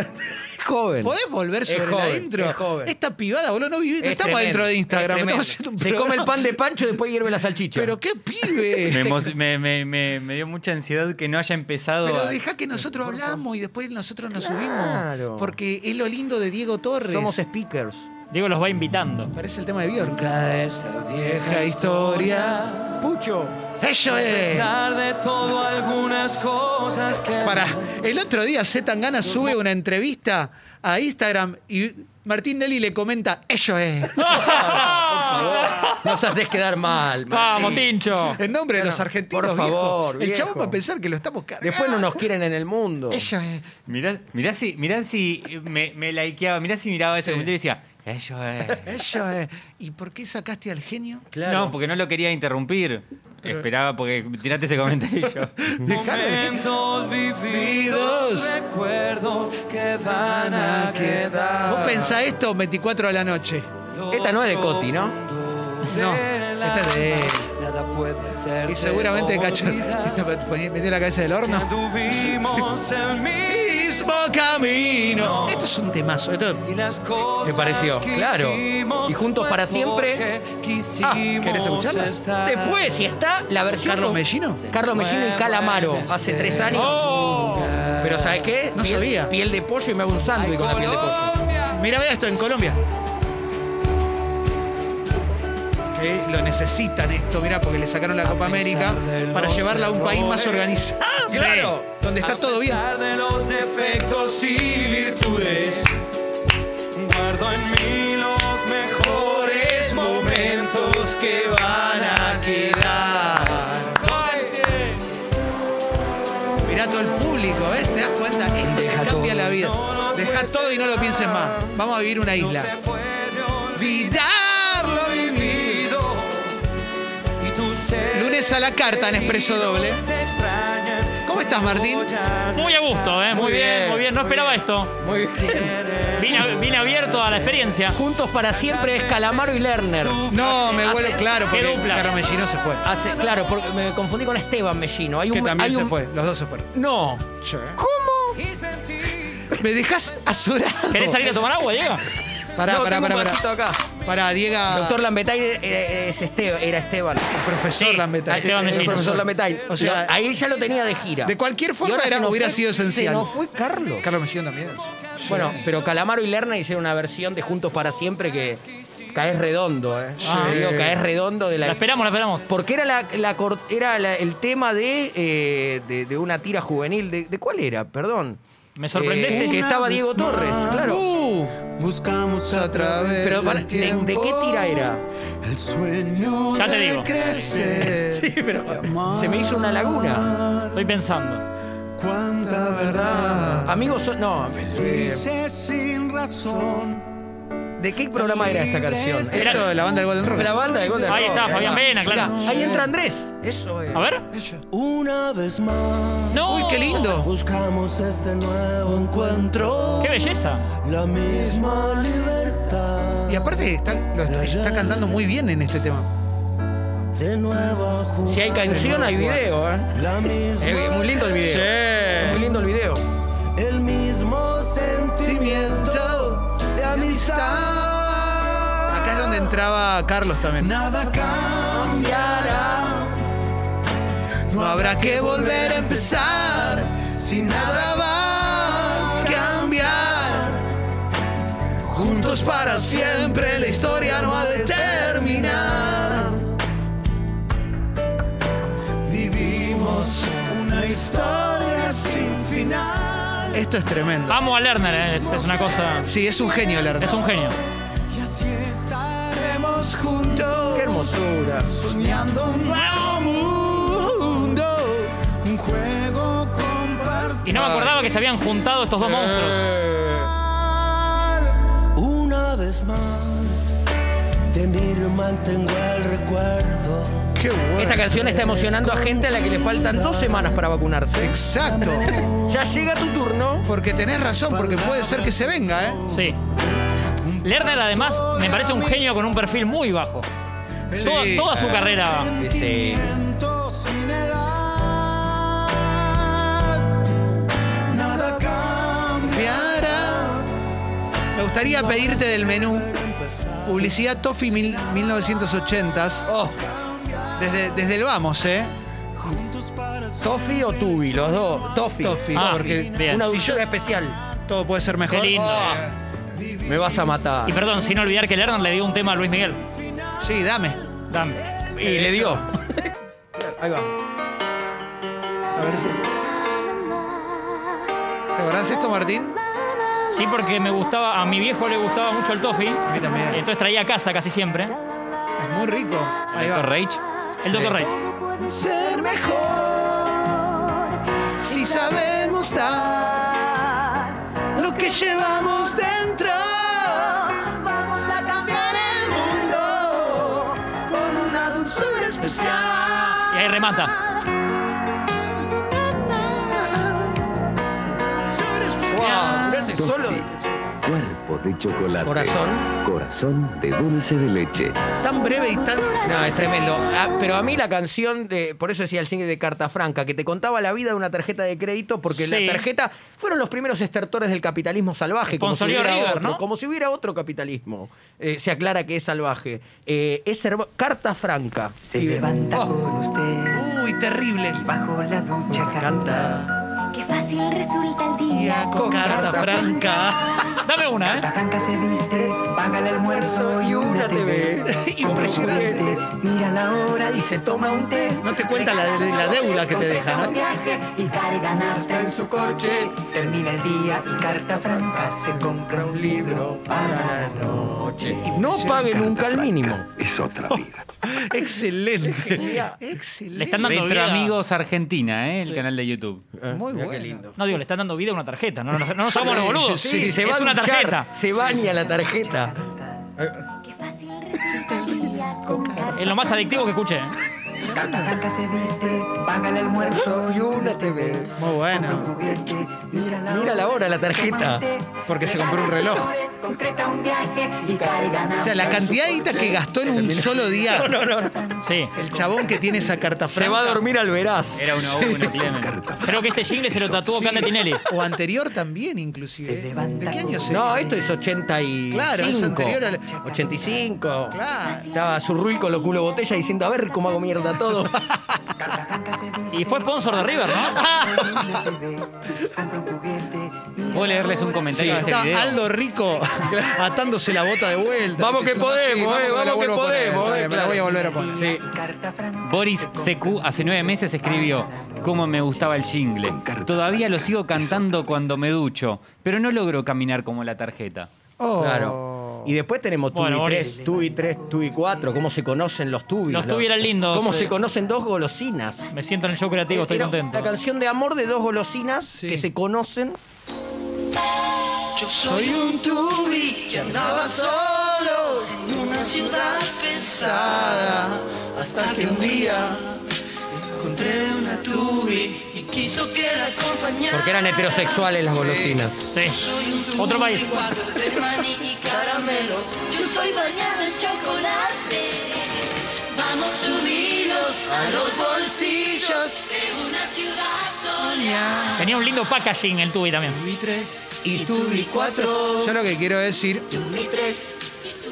[SPEAKER 7] Joven.
[SPEAKER 3] ¿Podés volver
[SPEAKER 7] Es
[SPEAKER 3] sobre la
[SPEAKER 7] joven,
[SPEAKER 3] intro?
[SPEAKER 7] es joven.
[SPEAKER 3] Esta pivada, boludo, no, vivi- no
[SPEAKER 7] Es
[SPEAKER 3] estamos
[SPEAKER 7] tremendo,
[SPEAKER 3] dentro de
[SPEAKER 7] es
[SPEAKER 3] Instagram.
[SPEAKER 7] tremendo.
[SPEAKER 3] estamos haciendo un
[SPEAKER 7] Se come el
[SPEAKER 3] programa.
[SPEAKER 7] pan de pancho y después hierve la salchicha.
[SPEAKER 3] Pero qué
[SPEAKER 7] (laughs)
[SPEAKER 3] pibe.
[SPEAKER 10] Me,
[SPEAKER 3] Te-
[SPEAKER 10] emo- me- me- me- me dio mucha ansiedad que no haya empezado.
[SPEAKER 3] Pero
[SPEAKER 10] a-
[SPEAKER 3] deja que nosotros hablamos y después nosotros nos
[SPEAKER 7] Claro.
[SPEAKER 3] subimos. Porque es lo lindo de Diego Torres.
[SPEAKER 7] Somos speakers.
[SPEAKER 6] Diego los
[SPEAKER 11] (laughs)
[SPEAKER 6] va invitando.
[SPEAKER 3] Parece el tema de Bjork. esa vieja historia.
[SPEAKER 7] Pucho.
[SPEAKER 3] ¡Eso es!
[SPEAKER 2] de todo algunas cosas que
[SPEAKER 3] Para, el otro día Z Tangana sube una entrevista a Instagram y Martín Nelly le comenta, eso es.
[SPEAKER 7] Nos haces quedar mal.
[SPEAKER 6] Vamos, Tincho.
[SPEAKER 3] En nombre de los argentinos.
[SPEAKER 7] por favor,
[SPEAKER 3] viejo. El chabón
[SPEAKER 7] viejo.
[SPEAKER 3] va a pensar que lo estamos cargando.
[SPEAKER 7] Después no nos quieren en el mundo.
[SPEAKER 3] Ella es.
[SPEAKER 10] Mirá, mirá si, mirá si me, me likeaba, mirá si miraba ese comentario y decía, ello es.
[SPEAKER 3] Ella es. ¿Y por qué sacaste al genio?
[SPEAKER 7] Claro.
[SPEAKER 10] No, porque no lo quería interrumpir. Esperaba porque tiraste ese comentario y yo.
[SPEAKER 2] momentos
[SPEAKER 3] vividos,
[SPEAKER 2] recuerdos que van a quedar.
[SPEAKER 3] Vos pensá esto 24 de la noche.
[SPEAKER 7] Esta no es de Coti, ¿no?
[SPEAKER 3] No.
[SPEAKER 12] la
[SPEAKER 3] Este es de él.
[SPEAKER 12] Nada puede ser.
[SPEAKER 3] Y seguramente Cacho Este esta, ponía- metió la cabeza del horno.
[SPEAKER 12] Tuvimos el
[SPEAKER 3] Mismo camino. Esto es un temazo. Esto,
[SPEAKER 7] ¿Te pareció? Claro. Y juntos para siempre. Ah,
[SPEAKER 3] ¿Querés escucharla?
[SPEAKER 7] Después, si está la versión.
[SPEAKER 3] ¿Carlos
[SPEAKER 7] con
[SPEAKER 3] Mellino?
[SPEAKER 7] Carlos Mellino y Calamaro, hace tres años.
[SPEAKER 3] Oh.
[SPEAKER 7] Pero ¿sabes qué?
[SPEAKER 3] No
[SPEAKER 7] piel,
[SPEAKER 3] sabía.
[SPEAKER 7] Piel de pollo y me hago un sándwich con la piel de pollo.
[SPEAKER 3] Mira, mira esto en Colombia. Que lo necesitan esto, mira, porque le sacaron la Copa América para llevarla a un país más organizado.
[SPEAKER 7] Claro.
[SPEAKER 3] Donde está todo bien.
[SPEAKER 12] de los defectos y virtudes. Guardo en mí los mejores momentos que van a quedar.
[SPEAKER 3] Mirá todo el público, ¿ves? Te das cuenta, esto te cambia la vida. Deja todo y no lo pienses más. Vamos a vivir una isla. Olvidar lo vivido. Lunes a la carta en Expreso Doble. ¿Cómo estás, Martín?
[SPEAKER 11] (laughs) Muy a gusto, ¿eh? Muy,
[SPEAKER 7] Muy
[SPEAKER 11] bien,
[SPEAKER 7] bien,
[SPEAKER 11] muy bien. No
[SPEAKER 7] muy
[SPEAKER 11] esperaba
[SPEAKER 7] bien.
[SPEAKER 11] esto.
[SPEAKER 7] Muy
[SPEAKER 3] (laughs)
[SPEAKER 7] bien.
[SPEAKER 11] Vine, vine abierto a la experiencia.
[SPEAKER 7] Juntos para siempre es Calamaro y Lerner.
[SPEAKER 3] No, me vuelo
[SPEAKER 7] Hace-
[SPEAKER 3] claro,
[SPEAKER 11] qué
[SPEAKER 3] porque
[SPEAKER 11] dupla.
[SPEAKER 3] Carlos Mellino se fue.
[SPEAKER 7] Hace, claro, porque me confundí con Esteban Mellino. Hay
[SPEAKER 3] Que
[SPEAKER 7] un-
[SPEAKER 3] también
[SPEAKER 7] hay
[SPEAKER 3] se
[SPEAKER 7] un- ¿eh?
[SPEAKER 3] fue, los dos se fueron.
[SPEAKER 7] No.
[SPEAKER 3] Che.
[SPEAKER 7] ¿Cómo?
[SPEAKER 3] ¿Me dejas azorado?
[SPEAKER 11] ¿Querés salir a tomar agua, Diego?
[SPEAKER 3] Pará,
[SPEAKER 7] no,
[SPEAKER 3] pará,
[SPEAKER 7] tengo
[SPEAKER 3] pará,
[SPEAKER 7] un
[SPEAKER 3] pará.
[SPEAKER 7] vasito acá.
[SPEAKER 3] Pará, Diego,
[SPEAKER 7] Doctor Lambetain era, es Este- era Esteban.
[SPEAKER 3] profesor
[SPEAKER 11] Sí,
[SPEAKER 3] Lamberta.
[SPEAKER 11] Esteban
[SPEAKER 7] El
[SPEAKER 11] Mellino.
[SPEAKER 7] profesor Lambetain.
[SPEAKER 3] O sea,
[SPEAKER 7] Lo- ahí ya lo tenía de gira.
[SPEAKER 3] de cualquier
[SPEAKER 7] Y
[SPEAKER 3] forma
[SPEAKER 7] ahora
[SPEAKER 3] era-
[SPEAKER 7] se nos
[SPEAKER 3] hubiera
[SPEAKER 7] fue-
[SPEAKER 3] sido
[SPEAKER 7] Se
[SPEAKER 3] esencial.
[SPEAKER 7] nos fue Carlos.
[SPEAKER 3] Carlos Mellino también. Sí.
[SPEAKER 7] Bueno, pero Calamaro y Lerner hicieron una versión de Juntos para Siempre que caes redondo, ¿eh?
[SPEAKER 3] Sí.
[SPEAKER 7] Te digo, caes redondo de la...
[SPEAKER 11] La esperamos, la esperamos.
[SPEAKER 7] Porque era, la, la cor- era la- el tema de, eh, de, de una tira juvenil. ¿De, de cuál era? Perdón.
[SPEAKER 11] Me sorprendés,
[SPEAKER 7] Eh,
[SPEAKER 11] eh.
[SPEAKER 7] que estaba Diego Torres, claro.
[SPEAKER 3] Uh,
[SPEAKER 12] Buscamos
[SPEAKER 3] a través
[SPEAKER 7] Pero para-
[SPEAKER 3] del
[SPEAKER 7] de, de
[SPEAKER 3] tiempo.
[SPEAKER 7] qué tira era?
[SPEAKER 12] el sueño.
[SPEAKER 11] Ya te
[SPEAKER 12] de
[SPEAKER 11] digo.
[SPEAKER 12] crecer.
[SPEAKER 7] Sí, pero se me hizo una laguna.
[SPEAKER 11] Estoy pensando.
[SPEAKER 12] Cuánta verdad.
[SPEAKER 7] Amigos, so- no.
[SPEAKER 12] Dice sin razón.
[SPEAKER 7] ¿De qué programa era esta canción? Era
[SPEAKER 3] Esto de la banda del Golden
[SPEAKER 7] de la
[SPEAKER 3] Rock.
[SPEAKER 7] banda de Golden
[SPEAKER 11] Ahí
[SPEAKER 7] Rock,
[SPEAKER 11] está, Fabián
[SPEAKER 7] va.
[SPEAKER 11] Vena, claro.
[SPEAKER 7] Mirá, Ahí entra Andrés. Eso es.
[SPEAKER 11] A ver.
[SPEAKER 12] Una vez más.
[SPEAKER 11] No.
[SPEAKER 3] Uy, qué lindo.
[SPEAKER 12] Buscamos este nuevo encuentro.
[SPEAKER 11] Qué belleza.
[SPEAKER 12] La misma libertad.
[SPEAKER 3] Y aparte está, lo está- está cantando muy bien en este tema.
[SPEAKER 12] De nuevo a jugar.
[SPEAKER 7] Si hay canción, hay video, ¿eh?
[SPEAKER 12] La misma.
[SPEAKER 7] Es muy lindo el video. Es Muy lindo el video.
[SPEAKER 12] El mismo sentimiento de amistad.
[SPEAKER 3] Acá es donde entraba Carlos también.
[SPEAKER 12] Nada cambiará.
[SPEAKER 3] No habrá que volver a empezar.
[SPEAKER 12] Si
[SPEAKER 3] Nada va a cambiar. Juntos para siempre, la historia no ha de terminar.
[SPEAKER 12] Vivimos una historia sin final.
[SPEAKER 3] Esto es tremendo.
[SPEAKER 11] Amo a Lerner, eh. es, es una cosa.
[SPEAKER 3] Sí, es un genio, Lerner.
[SPEAKER 11] Es un genio.
[SPEAKER 12] Y así
[SPEAKER 3] Estaremos juntos.
[SPEAKER 7] Qué hermosura.
[SPEAKER 3] Soñando un nuevo mundo.
[SPEAKER 12] un juego compartir.
[SPEAKER 11] Y no me acordaba que se habían juntado estos dos monstruos.
[SPEAKER 12] Una vez más, de mi mantengo el recuerdo.
[SPEAKER 3] Qué bueno.
[SPEAKER 7] Esta canción está emocionando a gente a la que le faltan dos semanas para vacunarse.
[SPEAKER 3] Exacto.
[SPEAKER 7] Ya llega tu turno.
[SPEAKER 3] Porque tenés razón, porque puede ser que se venga, ¿eh?
[SPEAKER 11] Sí. Lerner, además, me parece un genio con un perfil muy bajo. Toda,
[SPEAKER 3] Sí.
[SPEAKER 11] toda su carrera.
[SPEAKER 7] Dice,
[SPEAKER 12] Sentimiento sin edad. Nada cambia.
[SPEAKER 3] Cambiará. Me gustaría pedirte del menú publicidad Toffee mil- 1980s.
[SPEAKER 11] Oh.
[SPEAKER 3] Desde, desde el vamos, ¿eh?
[SPEAKER 7] ¿Tofi o Tubi? Los dos. Tofi.
[SPEAKER 3] Toffee,
[SPEAKER 11] Ah,
[SPEAKER 3] porque
[SPEAKER 11] bien.
[SPEAKER 7] Una
[SPEAKER 3] si
[SPEAKER 7] dulzura
[SPEAKER 3] yo-
[SPEAKER 7] especial.
[SPEAKER 3] todo puede ser mejor.
[SPEAKER 11] Qué lindo.
[SPEAKER 3] Oh,
[SPEAKER 7] Me vas a matar.
[SPEAKER 11] Y perdón, sin olvidar que Lerner le dio un tema a Luis Miguel.
[SPEAKER 3] sí, dame.
[SPEAKER 11] Dame.
[SPEAKER 7] Y le dio. Ahí va.
[SPEAKER 3] A ver si. ¿Te acordás esto, Martín?
[SPEAKER 11] Sí, porque me gustaba, a mi viejo le gustaba mucho el toffee.
[SPEAKER 3] A mí también.
[SPEAKER 11] Entonces traía a casa casi siempre.
[SPEAKER 3] Es muy rico. Ahí
[SPEAKER 6] Doctor
[SPEAKER 3] va.
[SPEAKER 6] Rage.
[SPEAKER 11] El Dr. Reich.
[SPEAKER 3] Ser mejor si sabemos dar lo que llevamos dentro. Vamos a cambiar el mundo con una dulzura especial.
[SPEAKER 11] Y ahí remata.
[SPEAKER 3] Dulzura
[SPEAKER 7] Wow.
[SPEAKER 3] especial.
[SPEAKER 7] Mirá ese solo.
[SPEAKER 9] Cuerpo,
[SPEAKER 13] cuerpo de chocolate.
[SPEAKER 7] Corazón.
[SPEAKER 13] Corazón de dulce de leche.
[SPEAKER 3] Tan breve y tan.
[SPEAKER 7] No, es tremendo. Ah, pero a mí la canción de. Por eso decía el single de Carta Franca, que te contaba la vida de una tarjeta de crédito, porque
[SPEAKER 6] Sí.
[SPEAKER 7] la tarjeta fueron los primeros estertores del capitalismo salvaje. Como si,
[SPEAKER 6] Sponsorió
[SPEAKER 7] hubiera
[SPEAKER 6] River,
[SPEAKER 7] otro,
[SPEAKER 6] ¿no?
[SPEAKER 7] como si hubiera otro capitalismo. Eh, se aclara que es salvaje. Eh, es hermo- Carta Franca.
[SPEAKER 1] Se
[SPEAKER 7] Pibe.
[SPEAKER 1] levanta
[SPEAKER 7] Oh,
[SPEAKER 1] con usted.
[SPEAKER 3] Uy, terrible.
[SPEAKER 1] Y bajo la ducha
[SPEAKER 7] canta.
[SPEAKER 1] Qué fácil resulta el día
[SPEAKER 3] Con carta franca.
[SPEAKER 6] Dame una, ¿eh?
[SPEAKER 1] La franca se viste, paga el almuerzo y una TV.
[SPEAKER 7] (laughs)
[SPEAKER 3] Impresionante.
[SPEAKER 1] Con juguete, Mira la hora y se toma un té.
[SPEAKER 3] No te cuenta la, de- la deuda que te deja,
[SPEAKER 1] Cada
[SPEAKER 3] ¿no?
[SPEAKER 1] viaje Y cargan hasta en su coche. Termina el día y carta franca se compra un libro para la noche.
[SPEAKER 7] No pague nunca el mínimo.
[SPEAKER 1] (laughs)
[SPEAKER 13] Es otra
[SPEAKER 14] Oh,
[SPEAKER 13] vida.
[SPEAKER 3] Excelente.
[SPEAKER 7] Mira,
[SPEAKER 6] Le
[SPEAKER 3] Excelente.
[SPEAKER 6] están dando
[SPEAKER 2] Retro
[SPEAKER 6] vida.
[SPEAKER 2] Amigos Argentina, ¿eh? el
[SPEAKER 6] Sí.
[SPEAKER 2] canal de YouTube.
[SPEAKER 3] Muy
[SPEAKER 7] Mirá
[SPEAKER 3] bueno.
[SPEAKER 7] qué lindo.
[SPEAKER 6] No digo, le están dando vida a una tarjeta. No, no, no, no somos los boludos.
[SPEAKER 7] Sí,
[SPEAKER 6] es
[SPEAKER 7] se va a
[SPEAKER 6] una
[SPEAKER 7] duchar,
[SPEAKER 6] tarjeta.
[SPEAKER 7] Se baña la tarjeta.
[SPEAKER 1] Qué fácil resulta el día con carta
[SPEAKER 6] Es lo más adictivo que escuché. ¿eh?
[SPEAKER 1] Carta franca se viste, paga el almuerzo y una TV.
[SPEAKER 3] Muy bueno.
[SPEAKER 7] Mira la hora, la tarjeta.
[SPEAKER 3] Porque se compró un reloj. O sea, la cantidad de guita que gastó en un solo día.
[SPEAKER 6] Sí.
[SPEAKER 3] El chabón que tiene esa carta
[SPEAKER 7] Se
[SPEAKER 3] franca.
[SPEAKER 7] va a dormir al veraz.
[SPEAKER 2] Era uno a uno, Clemen.
[SPEAKER 6] Creo que este jingle se lo tatuó
[SPEAKER 3] Sí.
[SPEAKER 6] Canda Tinelli.
[SPEAKER 3] O anterior también, inclusive. ¿eh? ¿De qué año se
[SPEAKER 7] No, esto es 85.
[SPEAKER 3] Claro, es anterior al-
[SPEAKER 7] 85.
[SPEAKER 3] Claro.
[SPEAKER 7] Estaba Zurruy con los culo botella diciendo, a ver cómo hago mierda
[SPEAKER 3] (laughs)
[SPEAKER 7] todo.
[SPEAKER 6] Y fue sponsor de River, ¿no?
[SPEAKER 2] Puedo leerles un comentario
[SPEAKER 3] Ah,
[SPEAKER 2] de este
[SPEAKER 3] Está
[SPEAKER 2] video.
[SPEAKER 3] Aldo Rico atándose la bota de vuelta.
[SPEAKER 7] Vamos que
[SPEAKER 3] diciendo,
[SPEAKER 7] podemos,
[SPEAKER 3] "Sí, me la
[SPEAKER 7] eh, vamos que
[SPEAKER 3] vuelvo a poner,
[SPEAKER 7] podemos,
[SPEAKER 3] está
[SPEAKER 7] eh,
[SPEAKER 3] bien, Me la
[SPEAKER 7] claro.
[SPEAKER 3] voy a volver a poner.
[SPEAKER 7] Sí.
[SPEAKER 2] Boris CQ hace nueve meses escribió cómo me gustaba el jingle. Todavía lo sigo cantando cuando me ducho, pero no logro caminar como la tarjeta.
[SPEAKER 3] Oh.
[SPEAKER 7] Claro. Y después tenemos Tubi
[SPEAKER 6] Bueno, Boris.
[SPEAKER 7] 3, Tubi 3, Tubi 4, cómo se conocen los Tubis.
[SPEAKER 6] Los Tubi eran lindos,
[SPEAKER 7] Cómo
[SPEAKER 6] sí.
[SPEAKER 7] se conocen dos golosinas.
[SPEAKER 6] Me siento en el show creativo, estoy
[SPEAKER 7] Era
[SPEAKER 6] contento.
[SPEAKER 7] La canción de amor de dos golosinas
[SPEAKER 3] Sí.
[SPEAKER 7] que se conocen.
[SPEAKER 3] Soy un tubi que andaba solo en una ciudad pesada. Hasta que un día encontré una tubi y quiso que la acompañara.
[SPEAKER 7] Porque eran heterosexuales las golosinas.
[SPEAKER 6] Sí. Otro país.
[SPEAKER 1] de maní y caramelo. Yo estoy bañado en chocolate. Vamos subidos a los bolsillos de una ciudad soleada.
[SPEAKER 6] Tenía un lindo packaging el tubi también.
[SPEAKER 7] Y Tubi 4.
[SPEAKER 3] Yo lo que quiero decir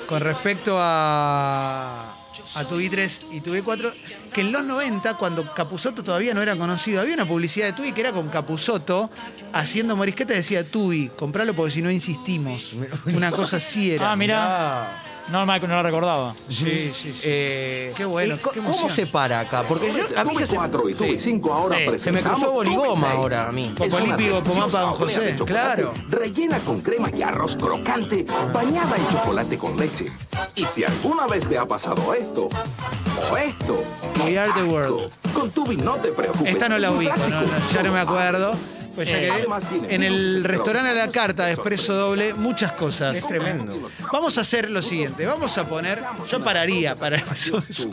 [SPEAKER 3] con respecto a, a tu I3 y tu B4, que en los 90, cuando Capusoto todavía no era conocido, había una publicidad de Tubi que era con Capusoto haciendo morisqueta decía Tubi, compralo porque si no
[SPEAKER 7] (laughs)
[SPEAKER 3] insistimos. Una cosa así era.
[SPEAKER 6] Ah, mira. No, Mike, no lo recordaba.
[SPEAKER 3] Sí, sí, sí, sí.
[SPEAKER 7] Eh,
[SPEAKER 3] Qué bueno,
[SPEAKER 7] ¿y co-
[SPEAKER 3] qué
[SPEAKER 7] ¿Cómo
[SPEAKER 3] emoción.
[SPEAKER 7] se para acá? Porque yo, a mí
[SPEAKER 14] Tuve
[SPEAKER 7] se,
[SPEAKER 14] cuatro y
[SPEAKER 7] sí,
[SPEAKER 14] tuve cinco ahora
[SPEAKER 6] Sí, se me
[SPEAKER 7] se me cruzó boligoma ahora a mí.
[SPEAKER 3] Popolipi, Gopomapa, Don José.
[SPEAKER 7] Claro.
[SPEAKER 14] Rellena con crema y arroz crocante, bañada en chocolate con leche. Y si alguna vez te ha pasado esto, o esto,
[SPEAKER 3] We are the world.
[SPEAKER 14] con Tubi no te preocupes.
[SPEAKER 3] Esta no la ubico, no, no, ya no me acuerdo. Pues ya
[SPEAKER 6] Eh,
[SPEAKER 3] quedé. En el restaurante a la carta de Expreso Doble, muchas cosas.
[SPEAKER 7] tremendo.
[SPEAKER 3] Vamos a hacer lo siguiente. Vamos a poner. Yo pararía para.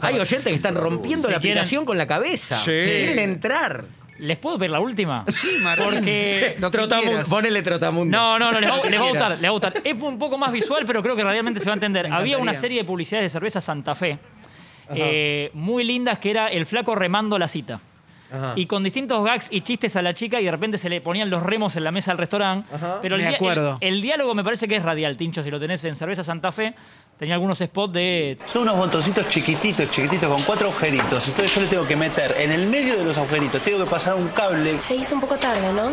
[SPEAKER 7] Hay oyentes que están rompiendo
[SPEAKER 6] Si
[SPEAKER 7] la
[SPEAKER 6] quieren-
[SPEAKER 7] aplicación con la cabeza.
[SPEAKER 3] Sí.
[SPEAKER 7] Quieren entrar.
[SPEAKER 6] ¿Les puedo ver la última?
[SPEAKER 3] Sí, Martín.
[SPEAKER 6] Porque-
[SPEAKER 3] (laughs) Lo que quieras.
[SPEAKER 7] Ponele trotamundo.
[SPEAKER 6] No, no, no, les va,
[SPEAKER 3] Lo que
[SPEAKER 6] les va a
[SPEAKER 3] quieras.
[SPEAKER 6] gustar, les va a gustar. Es un poco más visual, pero creo que realmente se va a entender.
[SPEAKER 3] Me
[SPEAKER 6] Había una
[SPEAKER 3] encantaría.
[SPEAKER 6] serie de publicidades de cerveza Santa Fe, eh, muy lindas, que era el flaco remando la cita.
[SPEAKER 7] Ajá.
[SPEAKER 6] Y con distintos gags y chistes a la chica y de repente se le ponían los remos en la mesa del restaurante.
[SPEAKER 7] Ajá.
[SPEAKER 6] Pero el,
[SPEAKER 3] Me
[SPEAKER 6] dia-
[SPEAKER 3] acuerdo.
[SPEAKER 6] el- el diálogo me parece que es radial, Tincho, si lo tenés en Cerveza Santa Fe. Tenía algunos spots de...
[SPEAKER 15] Son unos botoncitos chiquititos, chiquititos, con cuatro agujeritos. Entonces yo le tengo que meter en el medio de los agujeritos, tengo que pasar un cable.
[SPEAKER 5] Se hizo un poco tarde, ¿no?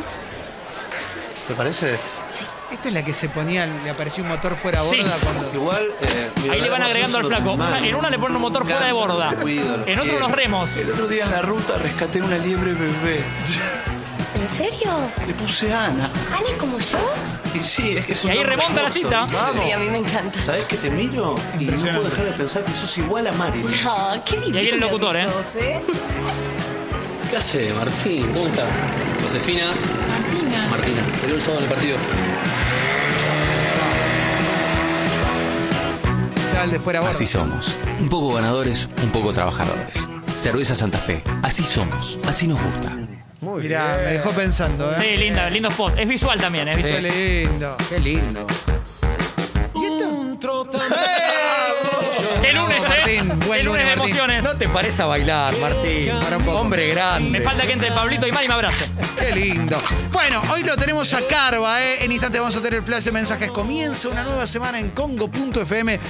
[SPEAKER 15] ¿Te parece?
[SPEAKER 3] Esta es la que se ponía, le apareció un motor fuera a
[SPEAKER 6] Sí.
[SPEAKER 3] borda cuando.
[SPEAKER 15] Igual. eh, mi
[SPEAKER 6] Ahí le van
[SPEAKER 15] verdadero
[SPEAKER 6] agregando al
[SPEAKER 15] socio
[SPEAKER 6] flaco.
[SPEAKER 15] es mi
[SPEAKER 6] Una- en una le ponen un motor fuera de borda.
[SPEAKER 15] Me cuido, lo
[SPEAKER 6] En otro
[SPEAKER 15] quiero.
[SPEAKER 6] unos remos.
[SPEAKER 15] Eh, El otro día en la ruta rescaté una liebre bebé.
[SPEAKER 5] ¿En serio?
[SPEAKER 15] Le puse Ana.
[SPEAKER 5] ¿Ana es como yo?
[SPEAKER 15] Y sí, es que es
[SPEAKER 6] Y
[SPEAKER 15] un
[SPEAKER 6] ahí
[SPEAKER 15] nombre
[SPEAKER 6] remonta la
[SPEAKER 15] corto,
[SPEAKER 6] cita.
[SPEAKER 15] ¿viste?
[SPEAKER 5] Sí, a mí me encanta.
[SPEAKER 15] ¿Sabés que te miro? Y no puedo dejar de pensar que sos igual a Marilyn.
[SPEAKER 5] No, Ah, qué divino.
[SPEAKER 6] ahí el locutor, ¿eh?
[SPEAKER 5] que sos,
[SPEAKER 15] ¿Qué hace, Martín? ¿Cómo está? Josefina.
[SPEAKER 5] Martina.
[SPEAKER 15] Martina. Pero el sábado en el partido.
[SPEAKER 3] Estaba el de fuera a borda.
[SPEAKER 15] Así somos. Un poco ganadores, un poco trabajadores. Cerveza Santa Fe. Así somos. Así nos gusta.
[SPEAKER 7] Muy
[SPEAKER 3] Mirá, me dejó pensando, ¿eh?
[SPEAKER 6] Sí, linda, lindo spot. Es visual también, es
[SPEAKER 3] Qué
[SPEAKER 6] visual.
[SPEAKER 3] lindo.
[SPEAKER 7] Qué lindo.
[SPEAKER 16] dentro también.
[SPEAKER 6] El lunes, ¿eh? El lunes de emociones.
[SPEAKER 7] No te parece a bailar, Martín. Hombre grande.
[SPEAKER 6] Me falta que entre Pablito y Mari y me abrace.
[SPEAKER 3] Qué lindo. Bueno, hoy lo tenemos a Carva, ¿eh? En instante vamos a tener el flash de mensajes. Comienza una nueva semana en Congo.fm.